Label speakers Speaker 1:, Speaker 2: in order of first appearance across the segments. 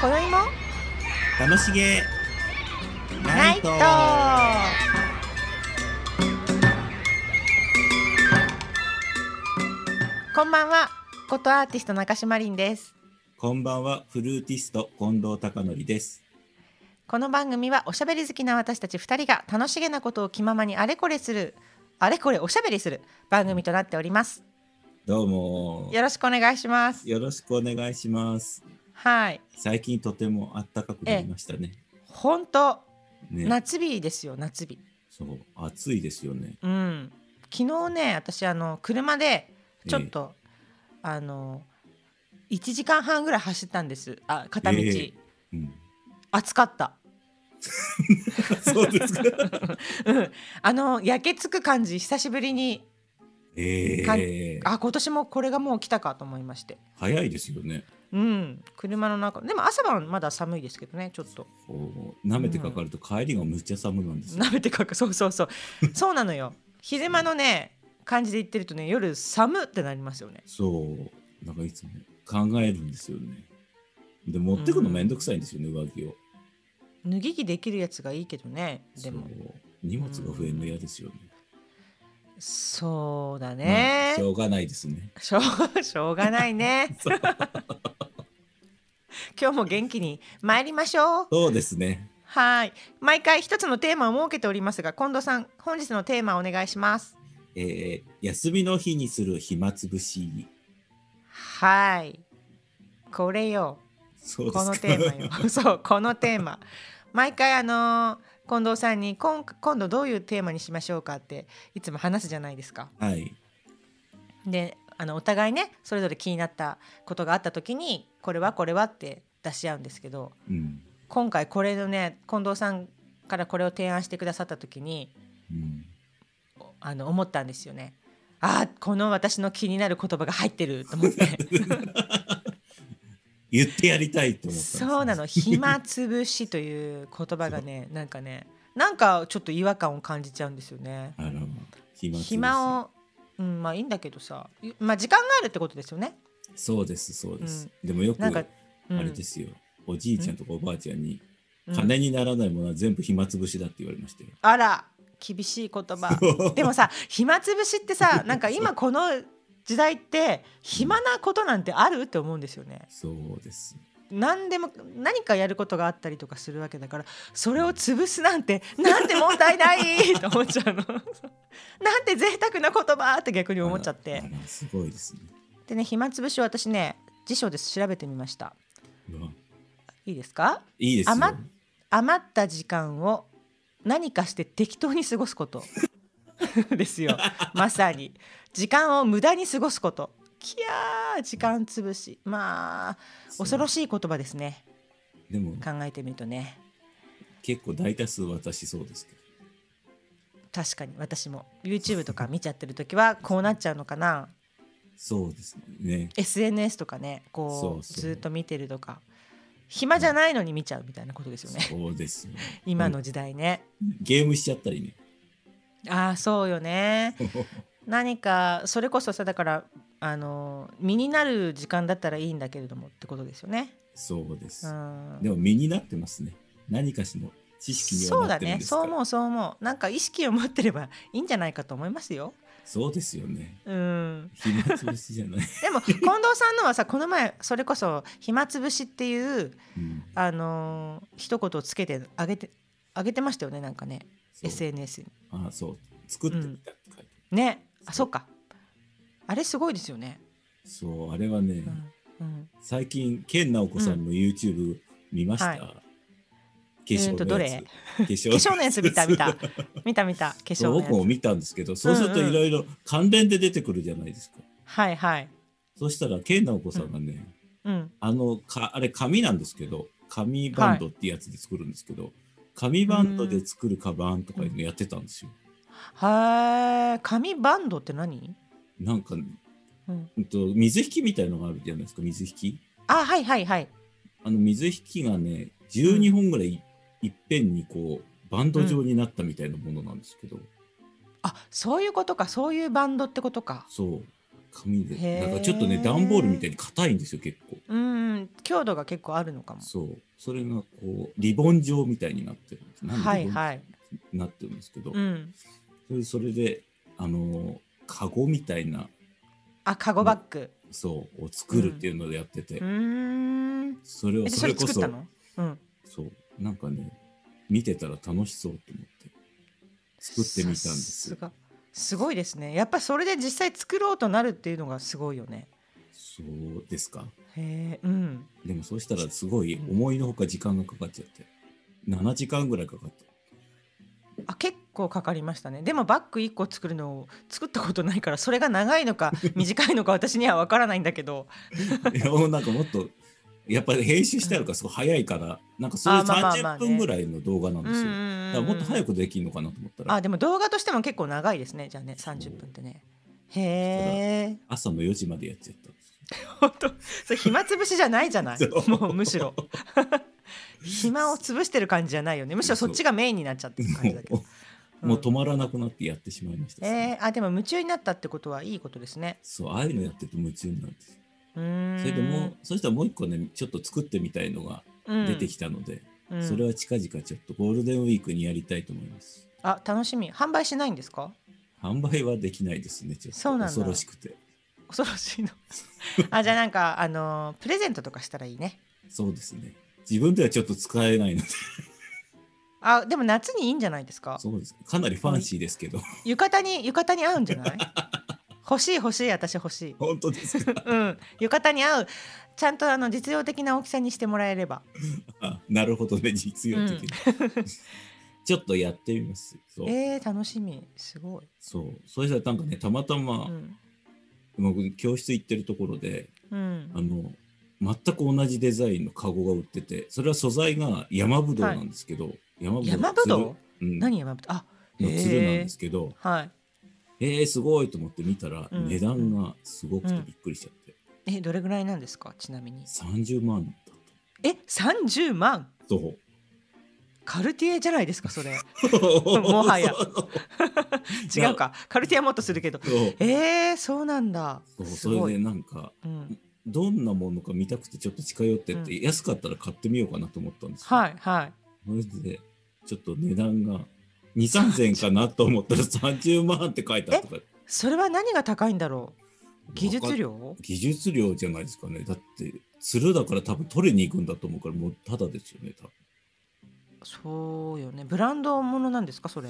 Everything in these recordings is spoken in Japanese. Speaker 1: 今宵も
Speaker 2: 楽しげ
Speaker 1: ナ
Speaker 2: ナ
Speaker 1: イ
Speaker 2: イ
Speaker 1: ト
Speaker 2: ト
Speaker 1: こんばんはことアーティスト中島凛です
Speaker 2: こんばんはフルーティスト近藤貴則です
Speaker 1: この番組はおしゃべり好きな私たち二人が楽しげなことを気ままにあれこれするあれこれおしゃべりする番組となっております
Speaker 2: どうも
Speaker 1: よろしくお願いします
Speaker 2: よろしくお願いします
Speaker 1: はい
Speaker 2: 最近とても暖かくなりましたね
Speaker 1: 本当
Speaker 2: ね
Speaker 1: 夏日ですよ夏日
Speaker 2: そう暑いですよね
Speaker 1: うん昨日ね私あの車でちょっ
Speaker 2: え
Speaker 1: と、あの1時間半ぐらい走ったんですあ片道、
Speaker 2: えええうん、
Speaker 1: 暑かった、
Speaker 2: そうですか
Speaker 1: うん、あの焼けつく感じ久しぶりに
Speaker 2: え
Speaker 1: か
Speaker 2: え
Speaker 1: あ今年もこれがもう来たかと思いまして
Speaker 2: 早いですよね
Speaker 1: うん車の中でも朝晩まだ寒いですけどねちょっと
Speaker 2: こう舐めてかかると帰りがむっちゃ寒なんですよ、
Speaker 1: なめてかくそうそう そうそうなのよ昼間のね感じで言ってるとね夜寒ってなりますよね
Speaker 2: そうなんかいつも考えるんですよねで持ってくのめんどくさいんですよね、上着を
Speaker 1: 脱ぎ着できるやつがいいけどねでも
Speaker 2: そう荷物が増えるの嫌ですよね、
Speaker 1: そうだ
Speaker 2: ま
Speaker 1: ね
Speaker 2: あしょうがないですね。
Speaker 1: しょう しょうがないね
Speaker 2: そう
Speaker 1: 今日も元気に参りましょう
Speaker 2: そうですね。
Speaker 1: はい毎回一つのテーマを設けておりますが近藤さん本日のテーマお願いします
Speaker 2: えー休みの日にする暇つぶし。
Speaker 1: はいこれよ
Speaker 2: そうで
Speaker 1: こ
Speaker 2: す
Speaker 1: の
Speaker 2: か。
Speaker 1: テーマよ そうこのテーマ毎回あのー近藤さんに今今度どういうテーマにしましょうかっていつも話すじゃないですか
Speaker 2: はい。
Speaker 1: であのお互いねそれぞれ気になったことがあった時にこれはこれはって出し合うんですけど
Speaker 2: うん。
Speaker 1: 今回これのね近藤さんからこれを提案してくださった時に
Speaker 2: うん、
Speaker 1: おあの思ったんですよね。あーこの私の気になる言葉が入ってると思って
Speaker 2: 言ってやりたいと思ったんですね
Speaker 1: そうなの「暇つぶし」という言葉が ねなんかねなんかちょっと違和感を感じちゃうんですよね。
Speaker 2: あの暇つぶし。
Speaker 1: 暇を、うん、まあいいんだけどさ、いまあ、時間があるってことですよね。
Speaker 2: そうですそうです。でもよく
Speaker 1: なん
Speaker 2: あ
Speaker 1: か、うん、
Speaker 2: れですよ。おじいちゃんとかおばあちゃんに
Speaker 1: うん
Speaker 2: 金にならないものは全部暇つぶしだって言われ ましたよ。
Speaker 1: あら厳しい言葉でもさ暇つぶしってさなんか今この時代って暇なことなんてあるって思うんですよね。
Speaker 2: そうです。
Speaker 1: 何でも何かやることがあったりとかするわけだからそれを潰すなんてなんてもったいないと思っちゃうの。 なんて贅沢な言葉って逆に思っちゃっ
Speaker 2: あ
Speaker 1: て
Speaker 2: ら。あらすごいですね。
Speaker 1: でね暇つぶしを私ね辞書で調べてみました。
Speaker 2: うわ
Speaker 1: いいですか
Speaker 2: いいですよ。
Speaker 1: 余っ余った時間を何かして適当に過ごすこと ですよまさに時間を無駄に過ごすこときやー時間つぶしまあ恐ろ
Speaker 2: し
Speaker 1: しい言葉ですね
Speaker 2: い。でも
Speaker 1: 考えてみるとね
Speaker 2: 結構大多数私そうですけど。
Speaker 1: 確かに私も YouTube とか見ちゃってる時はこうなっちゃうのかな
Speaker 2: そうですね。
Speaker 1: SNS とかね
Speaker 2: そ
Speaker 1: こう
Speaker 2: うそう
Speaker 1: ずっと見てるとか暇じゃないのに見ちゃうみたいなことですよね
Speaker 2: そうですよ。
Speaker 1: 今の時代ね
Speaker 2: ゲームしちゃった りね。
Speaker 1: ああそうよね何かそれこそさだからあの身になる時間だったらいいんだけれどもってことですよね。
Speaker 2: そうで
Speaker 1: う
Speaker 2: す。
Speaker 1: ん、
Speaker 2: でも身になってますね。何かしの知識に
Speaker 1: そう
Speaker 2: はな
Speaker 1: だ
Speaker 2: ってるん
Speaker 1: ね
Speaker 2: ですか
Speaker 1: そう
Speaker 2: ら。
Speaker 1: 思うそう思うなんか意識を持ってればいいんじゃないかと思いますよ。
Speaker 2: そうですよね。
Speaker 1: うん、
Speaker 2: 暇つぶしじゃ ない。
Speaker 1: で も近藤さんのはさこの前それこそ「暇つぶし」っていう
Speaker 2: うん
Speaker 1: あのー一言をつけてあげてあげてましたよねなんかね
Speaker 2: そう
Speaker 1: SNS に。
Speaker 2: あ、そう。作ってみたって書いてある。
Speaker 1: ねあそうかあれすごいですよね。
Speaker 2: そう、あれはね、
Speaker 1: うんうん、
Speaker 2: 最近、健直子さんの YouTube 見ました。
Speaker 1: うん
Speaker 2: 化
Speaker 1: えーとど
Speaker 2: 粧の
Speaker 1: れ
Speaker 2: やつ。化粧
Speaker 1: 化粧のやつ見た見 た見た見た化
Speaker 2: そ
Speaker 1: 粧
Speaker 2: う
Speaker 1: のや
Speaker 2: 僕も
Speaker 1: つ。
Speaker 2: 見たんですけど、そうすると
Speaker 1: うんうん
Speaker 2: いろいろ関連で出てくるじゃないですか。
Speaker 1: はいはい。
Speaker 2: そしたら、健直子さんがね、
Speaker 1: うん
Speaker 2: あのかあれ紙なんですけど紙バンドってやつで作るんですけど、紙バンドで作るカバンとかいうのやってたんですよ。
Speaker 1: はえ紙バンドって何、
Speaker 2: なんか、
Speaker 1: うん、
Speaker 2: うんと、水引きみたいのがあるじゃないですか水引き。
Speaker 1: あはいはいはい
Speaker 2: あの水引きがね12本ぐらいい,、っぺんにこうバンド状になったみたいなものなんですけど、
Speaker 1: あそういうことかそういうバンドってことか
Speaker 2: そう紙で
Speaker 1: へー
Speaker 2: なんかちょっとね段ボールみたいに硬いんですよ結構
Speaker 1: うん強度が結構あるのかも
Speaker 2: そうそれがこうリボン状みたいになってるんですなんで
Speaker 1: はい
Speaker 2: リボン
Speaker 1: はい
Speaker 2: なってるんですけど、
Speaker 1: うん
Speaker 2: それそれであのーカゴみたいな
Speaker 1: あカゴバッグ
Speaker 2: そうを作るっていうのでやってて、
Speaker 1: うーん
Speaker 2: それを
Speaker 1: え
Speaker 2: そ
Speaker 1: それ
Speaker 2: れこ
Speaker 1: 作っ
Speaker 2: そ
Speaker 1: たのうん
Speaker 2: そうなんかね見てたら楽しそうと思って作ってみたんです
Speaker 1: さす
Speaker 2: よ
Speaker 1: がすごいですねやっぱりそれで実際作ろうとなるっていうのがすごいよね
Speaker 2: そうですか
Speaker 1: へえうん
Speaker 2: でもそうしたらすごい思いのほか時間がかかっちゃって7時間ぐらいかかって
Speaker 1: あ結構かかりましたねでもバッグ1個作るのを作ったことないからそれが長いの か短いのか私には分からないんだけど
Speaker 2: いやもうなんかもっとやっぱり編集してあるからすごい早いから、なんかそういう
Speaker 1: あまあまあまあ
Speaker 2: 30
Speaker 1: ね
Speaker 2: 分ぐらいの動画なん
Speaker 1: う
Speaker 2: ですよ、だからもっと早くできるのかなと思ったら
Speaker 1: あでも動画としても結構長いですねじゃあね30分ってねへえ
Speaker 2: 朝の4時までやっちゃったんです
Speaker 1: 本当それ暇つぶしじゃないじゃない
Speaker 2: そう
Speaker 1: もうむしろ暇を潰してる感じじゃないよねむしろそっちがメインになっちゃってる感じだけど
Speaker 2: もうもう止まらなくなってやってしまいました、
Speaker 1: えー、あでも夢中になったってことはいいことですね
Speaker 2: そうああいうのやってると夢中になるんです
Speaker 1: うーん
Speaker 2: それでもうそしたらもう一個ねちょっと作ってみたいのが
Speaker 1: うん
Speaker 2: 出てきたので、
Speaker 1: うん
Speaker 2: それは近々ちょっとゴールデンウィークにやりたいと思います
Speaker 1: あ楽しみ販売しないんですか
Speaker 2: 販売はできないですねちょっ
Speaker 1: そう
Speaker 2: と
Speaker 1: なんだ
Speaker 2: 恐ろしくて
Speaker 1: 恐ろ しいのあじゃあなんかあのープレゼントとかしたらいいね
Speaker 2: そうですね自分ではちょっと使えないので
Speaker 1: あでも夏にいいんじゃないですか
Speaker 2: そうですかなりファンシーですけど
Speaker 1: 浴衣に浴衣に合うんじゃない 欲しい欲しい私欲しい
Speaker 2: 本当で すか
Speaker 1: うん浴衣に合うちゃんとあの実用的な大きさにしてもらえれば
Speaker 2: あなるほどね実用的に、 ちょっとやってみますそう、
Speaker 1: えー、楽しみすごい、
Speaker 2: そうそしたらなんかねたまたま、
Speaker 1: うん
Speaker 2: 僕教室行ってるところで
Speaker 1: うん
Speaker 2: あの全く同じデザインのカゴが売っててそれは素材が山ぶどうなんですけど、山ぶどう
Speaker 1: 山ぶど
Speaker 2: う、うん、の
Speaker 1: 何山ぶどうあ
Speaker 2: つるなん
Speaker 1: へ
Speaker 2: で
Speaker 1: ー
Speaker 2: すけど
Speaker 1: はい
Speaker 2: えー、すごいと思って見たら、
Speaker 1: うん
Speaker 2: 値段がすごくてびっくりしちゃって、
Speaker 1: えどれぐらいなんですかちなみに
Speaker 2: 30万だっ
Speaker 1: え三30万
Speaker 2: たそ
Speaker 1: カルティエじゃないですかそ れ
Speaker 2: う
Speaker 1: もはや
Speaker 2: そう
Speaker 1: 違うかカルティエはもっとするけど
Speaker 2: そう
Speaker 1: えー、そうなんだ
Speaker 2: そう
Speaker 1: す
Speaker 2: そ
Speaker 1: ご
Speaker 2: れ
Speaker 1: い、
Speaker 2: でなんか
Speaker 1: うん、
Speaker 2: どんなものか見たくてちょっと近寄ってって、
Speaker 1: う
Speaker 2: 安かったら買ってみようかなと思ったんですよ
Speaker 1: はいはい
Speaker 2: それでちょっと値段が2 3千かなと思ったら30万って書いてあったから
Speaker 1: それは何が高いんだろう技術
Speaker 2: 量
Speaker 1: 量
Speaker 2: 技術量じゃないですかねだって鶴だから多分取りに行くんだと思うからもうただですよね多
Speaker 1: そうよねブランドものなんですかそれ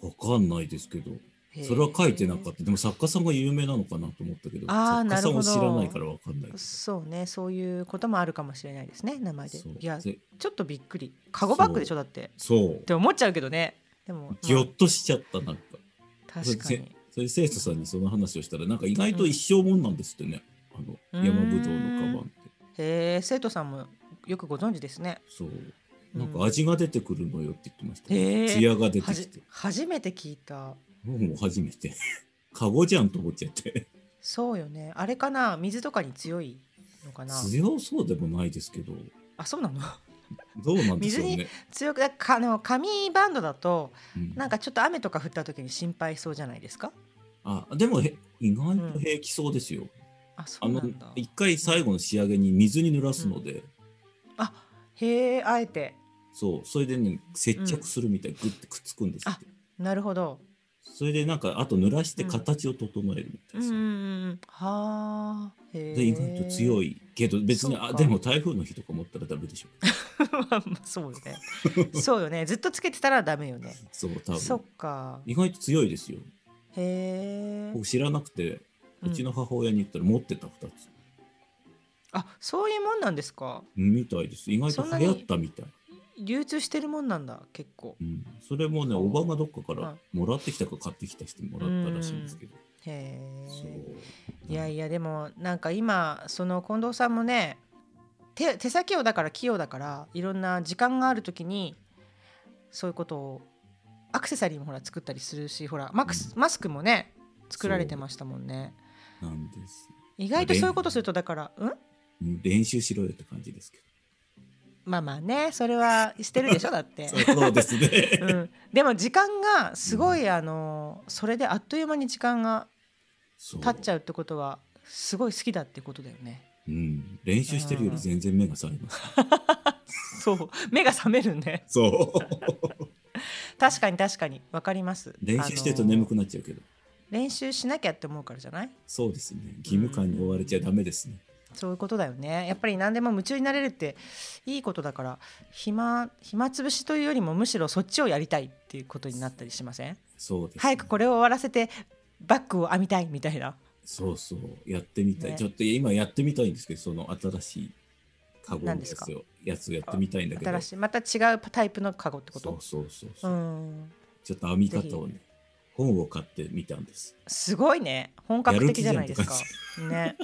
Speaker 2: 分わかんないですけど
Speaker 1: へー
Speaker 2: それは書いてなかったでも作家さんが有名なのかなと思ったけど
Speaker 1: あー
Speaker 2: 作家さんを知
Speaker 1: なる
Speaker 2: ら
Speaker 1: ほど
Speaker 2: ないからわかんないです
Speaker 1: そうねそういうこともあるかもしれないですね名前で
Speaker 2: そう
Speaker 1: いや
Speaker 2: で
Speaker 1: ちょっとびっくりカゴバッグでしょだって
Speaker 2: そう
Speaker 1: って思っちゃうけどねでも、まあ
Speaker 2: ぎょっとしちゃったなんか
Speaker 1: 確かに
Speaker 2: それ生徒さんにその話をしたらなんか意外と一生もんなんですってね、あの山ぶどうのカバンって
Speaker 1: へえ生徒さんもよくご存知ですね
Speaker 2: そう
Speaker 1: うん
Speaker 2: なんか味が出てくるのよって言ってました、
Speaker 1: へー
Speaker 2: 艶が出て
Speaker 1: は
Speaker 2: き
Speaker 1: じ
Speaker 2: て
Speaker 1: 初めて聞いた
Speaker 2: 僕も初めて カゴじゃんと思っちゃって
Speaker 1: そうよねあれかな水とかに強いのかな
Speaker 2: 強そうでもないですけど
Speaker 1: あそうなの
Speaker 2: どうなんでしょうね。
Speaker 1: 強くだかあの紙バンドだと
Speaker 2: うん
Speaker 1: なんかちょっと雨とか降った時に心配そうじゃないですか
Speaker 2: あでもへ意外と平気そうですよ。
Speaker 1: あそ
Speaker 2: あ
Speaker 1: う
Speaker 2: の
Speaker 1: なんだ
Speaker 2: 一回最後の仕上げに水に濡らすので、
Speaker 1: あへえあえて
Speaker 2: そうそれでね接着するみたいにグッてくっつくんですって。
Speaker 1: なるほど
Speaker 2: それでなんかあと濡らして形を整えるみた
Speaker 1: う
Speaker 2: い
Speaker 1: ん
Speaker 2: な。
Speaker 1: うんうんはあへえ
Speaker 2: で意外と強
Speaker 1: い
Speaker 2: いけど別に
Speaker 1: そうか
Speaker 2: あでも台風の日とか持ったらダメでしょ
Speaker 1: そうよねそうよねずっとつけてたらダメよね
Speaker 2: そう多
Speaker 1: そっ
Speaker 2: 分
Speaker 1: か
Speaker 2: 意外と強いですよ
Speaker 1: へえ
Speaker 2: 僕知らなくて
Speaker 1: う
Speaker 2: うんちの母親に言ったら持ってた2つ、
Speaker 1: あそういうもんなんですか
Speaker 2: みたいです意外と流行ったみたい
Speaker 1: 流通してるもんなんだ結構
Speaker 2: うん、それもね、おばがどっかから
Speaker 1: は
Speaker 2: もらってきたか買ってきた人もらったらしいんですけど、
Speaker 1: へ
Speaker 2: そう
Speaker 1: え。いやいやでもなんか今その近藤さんもね手手先をだから器用だからいろんな時間がある時にそういうことをアクセサリーもほら作ったりするしほらマクスマスクもね作られてましたもんね
Speaker 2: なんです。
Speaker 1: 意外とそういうことするとだからうん
Speaker 2: うん練習しろよって感じですけ
Speaker 1: まあまあねそれはしてるでし ょだって
Speaker 2: ど。そうそうです
Speaker 1: う
Speaker 2: ね。
Speaker 1: ん、でも時間がすごい、あのそれであっという間に時間が
Speaker 2: そう
Speaker 1: 経っちゃうってことはすごい好きだってことだよね
Speaker 2: うん、練習してるより全然目が覚め ます。
Speaker 1: そう目が覚めるね
Speaker 2: そう。
Speaker 1: 確かに確かにわかります
Speaker 2: 練習してると眠く
Speaker 1: あの
Speaker 2: なっちゃうけど。
Speaker 1: 練習しなきゃって思うからじゃない
Speaker 2: そうですね。義務感に追われちゃダメですね。
Speaker 1: そういうことだよねやっぱり何でも夢中になれるっていいことだから暇暇つぶしというよりもむしろそっちをやりたいっていうことになったりしません
Speaker 2: そうです、ね。
Speaker 1: 早くこれを終わらせてバッグを編みたいみたいな
Speaker 2: そうそう。やってみたい。
Speaker 1: ね
Speaker 2: ちょっと今やってみたいんですけど、その新しいカゴのや
Speaker 1: 何ですか
Speaker 2: つを、やつをやってみたいんだけど。
Speaker 1: 新しいまた違うタイプのカゴってこ
Speaker 2: そう
Speaker 1: と
Speaker 2: そうそう
Speaker 1: う
Speaker 2: そう、
Speaker 1: ん
Speaker 2: ちょっと編み方をね、本を買ってみたんです。
Speaker 1: すごいね本格的じゃないですか
Speaker 2: やる
Speaker 1: ね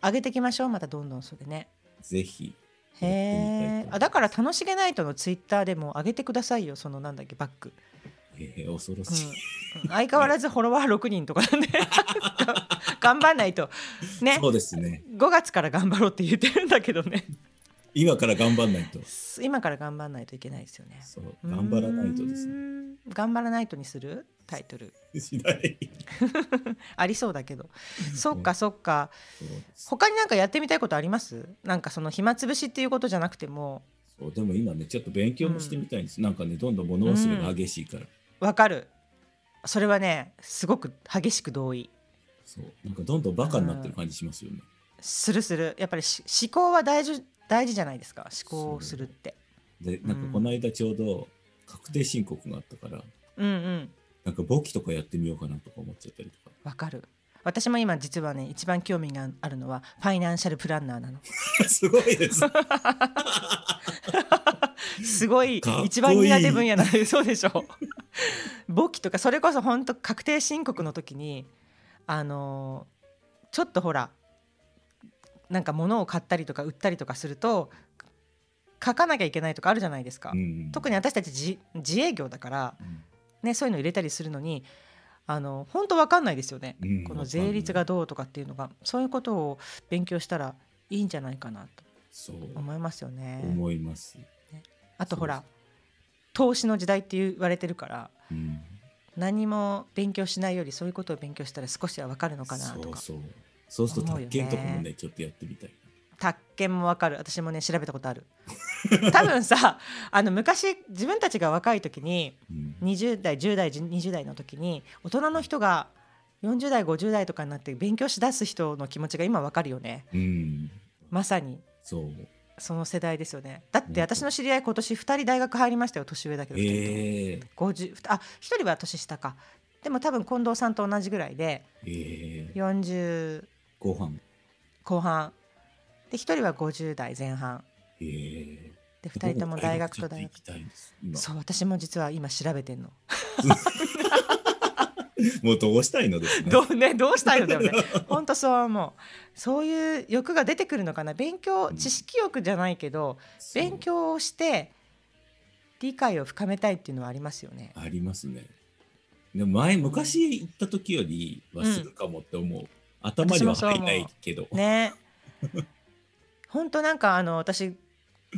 Speaker 1: 上げていきましょうまたどんどんそれね
Speaker 2: ぜひ。
Speaker 1: へえ
Speaker 2: やってみたいと思います
Speaker 1: あだから楽しげないとのツイッターでも上げてくださいよそのなんだっけバッグ
Speaker 2: えー恐ろしい。
Speaker 1: うん相変わらずフォロワー6人とかなんで 頑張んないとね
Speaker 2: そうですね。
Speaker 1: 5月から頑張ろうって言ってるんだけどね
Speaker 2: 今から頑張んないと。
Speaker 1: 今から頑張らないといけないですよね
Speaker 2: そう。頑張らないとで
Speaker 1: う
Speaker 2: すね。
Speaker 1: ーん頑張らないとにするタイトル
Speaker 2: しない。
Speaker 1: ありそうだけどそっかそっか
Speaker 2: そうです
Speaker 1: 他になんかやってみたいことありますなんかその暇つぶしっていうことじゃなくても
Speaker 2: そうでも今ね、ちょっと勉強もしてみたいんです。なんかね、どんどん物忘れが激しいから。
Speaker 1: わかるそれはねすごく激しく同意
Speaker 2: そう。なんかどんどんバカになってる感じしますよね。
Speaker 1: するするやっぱりし思考は大事大事じゃないですか思考をするって
Speaker 2: で、なんかこの間ちょうど確定申告があったから、
Speaker 1: うんうん
Speaker 2: なんか簿記とかやってみようかなとか思っちゃったりとか。
Speaker 1: わかる私も今実はね一番興味があるのはファイナンシャルプランナーなの
Speaker 2: すごい です。
Speaker 1: すごい
Speaker 2: かっこいい
Speaker 1: 一番苦手分野なんで そうでしょ簿記とかそれこそ本当確定申告の時にあのーちょっとほらなんか物を買ったりとか売ったりとかすると書かなきゃいけないとかあるじゃないですか、
Speaker 2: うん
Speaker 1: 特に私たち自自営業だから、ね、そういうの入れたりするのにあの本当わかんないですよね、
Speaker 2: うん
Speaker 1: この税率がどうとかっていうのがそういうことを勉強したらいいんじゃないかなと
Speaker 2: そう
Speaker 1: 思いますよね。
Speaker 2: 思います。
Speaker 1: あとほ
Speaker 2: そ
Speaker 1: ら
Speaker 2: う
Speaker 1: 投資の時代って言われてるから
Speaker 2: うん、
Speaker 1: 何も勉強しないよりそういうことを勉強したら少しはわかるのかなと
Speaker 2: そう
Speaker 1: か
Speaker 2: そう。そうすると
Speaker 1: 思うよ
Speaker 2: 宅
Speaker 1: ね
Speaker 2: 建とかもね、ちょっとやってみたい。
Speaker 1: 宅建もわかる私もね調べたことある多分さあの昔自分たちが若い時に
Speaker 2: うん
Speaker 1: 20代10代20代の時に大人の人が40代50代とかになって勉強しだす人の気持ちが今わかるよね
Speaker 2: うん、
Speaker 1: まさに
Speaker 2: そう。
Speaker 1: その世代ですよねだっ
Speaker 2: 本
Speaker 1: て
Speaker 2: 当
Speaker 1: 私の知り合い今年2人大学入りましたよ年上だけど、二人とも
Speaker 2: ええ
Speaker 1: 50ふたあ1人は年下かでも多分近藤さんと同じぐらいで
Speaker 2: ええ
Speaker 1: 40
Speaker 2: ご飯。
Speaker 1: 後半で1人は50代前半
Speaker 2: ええ
Speaker 1: で2人とも大学と大学
Speaker 2: 僕もちょっ行きたいです。今
Speaker 1: そう私も実は今調べてんの
Speaker 2: もうどうしたいのですね。
Speaker 1: どうね どうしたいのだよね本当そう思うそういう欲が出てくるのかな勉強
Speaker 2: うん
Speaker 1: 知識欲じゃないけど
Speaker 2: そう
Speaker 1: 勉強をして理解を深めたいっていうのはありますよね
Speaker 2: ありますね。でも前、昔行った時よりはするかもって思う。頭には入らないけど。
Speaker 1: ね本当なんかあの私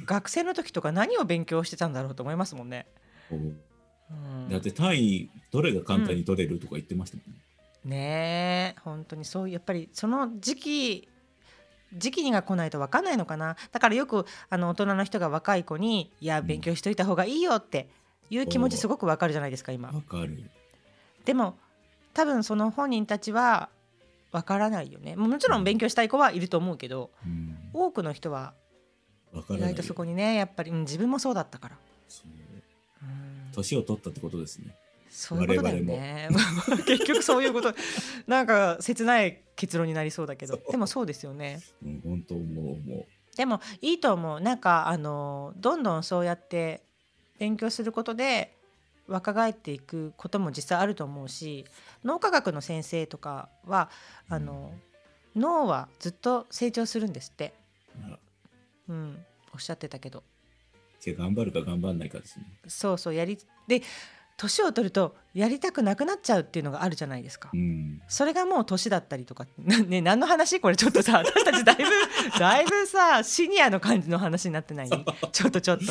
Speaker 1: 学生の時とか何を勉強してたんだろうと思いますもんね、うん
Speaker 2: だって単位どれが簡単に取れるとか言ってましたもんね。
Speaker 1: ねえ本当にそういうやっぱりその時期時期にが来ないと分かんないのかなだからよくあの大人の人が若い子に「いや
Speaker 2: うん
Speaker 1: 勉強しといた方がいいよ」っていう気持ち
Speaker 2: そう
Speaker 1: すごく分かるじゃないですか今
Speaker 2: わ、かる。
Speaker 1: でも多分その本人たちは分からないよねもうもちろん勉強したい子はいると思うけど
Speaker 2: うん
Speaker 1: 多くの人は
Speaker 2: わか
Speaker 1: 意
Speaker 2: らない。
Speaker 1: 外とそこにねやっぱり、うん自分もそうだったから、
Speaker 2: そう
Speaker 1: うん
Speaker 2: 年を取ったってことですね。
Speaker 1: そういうことだよね 結局そういうことなんか切ない結論になりそうだけど
Speaker 2: そう
Speaker 1: でもそうですよね
Speaker 2: うん、本当もう、も
Speaker 1: でもいいと思うなんかあのどんどんそうやって勉強することで若返っていくことも実際あると思うし脳科学の先生とかはあの、脳はずっと成長するんですって、
Speaker 2: うあら。
Speaker 1: うん、おっしゃってたけど
Speaker 2: じゃあ頑張るか頑張んないかですね。
Speaker 1: そうそうやりで年を取るとやりたくなくなっちゃうっていうのがあるじゃないですか
Speaker 2: う。ん。
Speaker 1: それがもう年だったりとか、 なね、何の話これちょっと さ私たちだいぶだいぶさシニアの感じの話になってないちょっとちょっと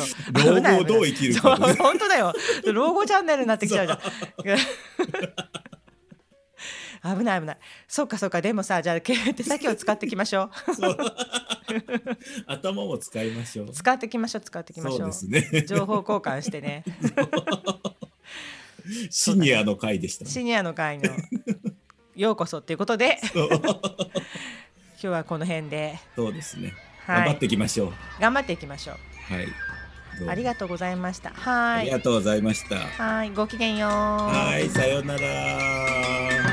Speaker 2: 老
Speaker 1: 危ない危な
Speaker 2: 後を
Speaker 1: い
Speaker 2: どう生きる
Speaker 1: そう
Speaker 2: かね、
Speaker 1: 本当だよ老後チャンネルになってきちゃうじゃん 危ない危ないそうかそうかでもさじゃあ手先を使っていきましょ
Speaker 2: そう 頭も使いましょう
Speaker 1: う。使っていきましょう使っていきまし
Speaker 2: そう
Speaker 1: ょう
Speaker 2: ですね。
Speaker 1: 情報交換して ね
Speaker 2: シニアの回でしたね。
Speaker 1: シニアの会のようこそっていうことで今日はこの辺で、
Speaker 2: そうですね。
Speaker 1: は
Speaker 2: 頑
Speaker 1: い、
Speaker 2: 張っていきましょう。
Speaker 1: 頑張っていきましょ
Speaker 2: はい。どう
Speaker 1: う
Speaker 2: も
Speaker 1: ありがとうございましたは
Speaker 2: あり
Speaker 1: ーい
Speaker 2: がとうございました。
Speaker 1: はーいごきげんよう
Speaker 2: はい、さようなら。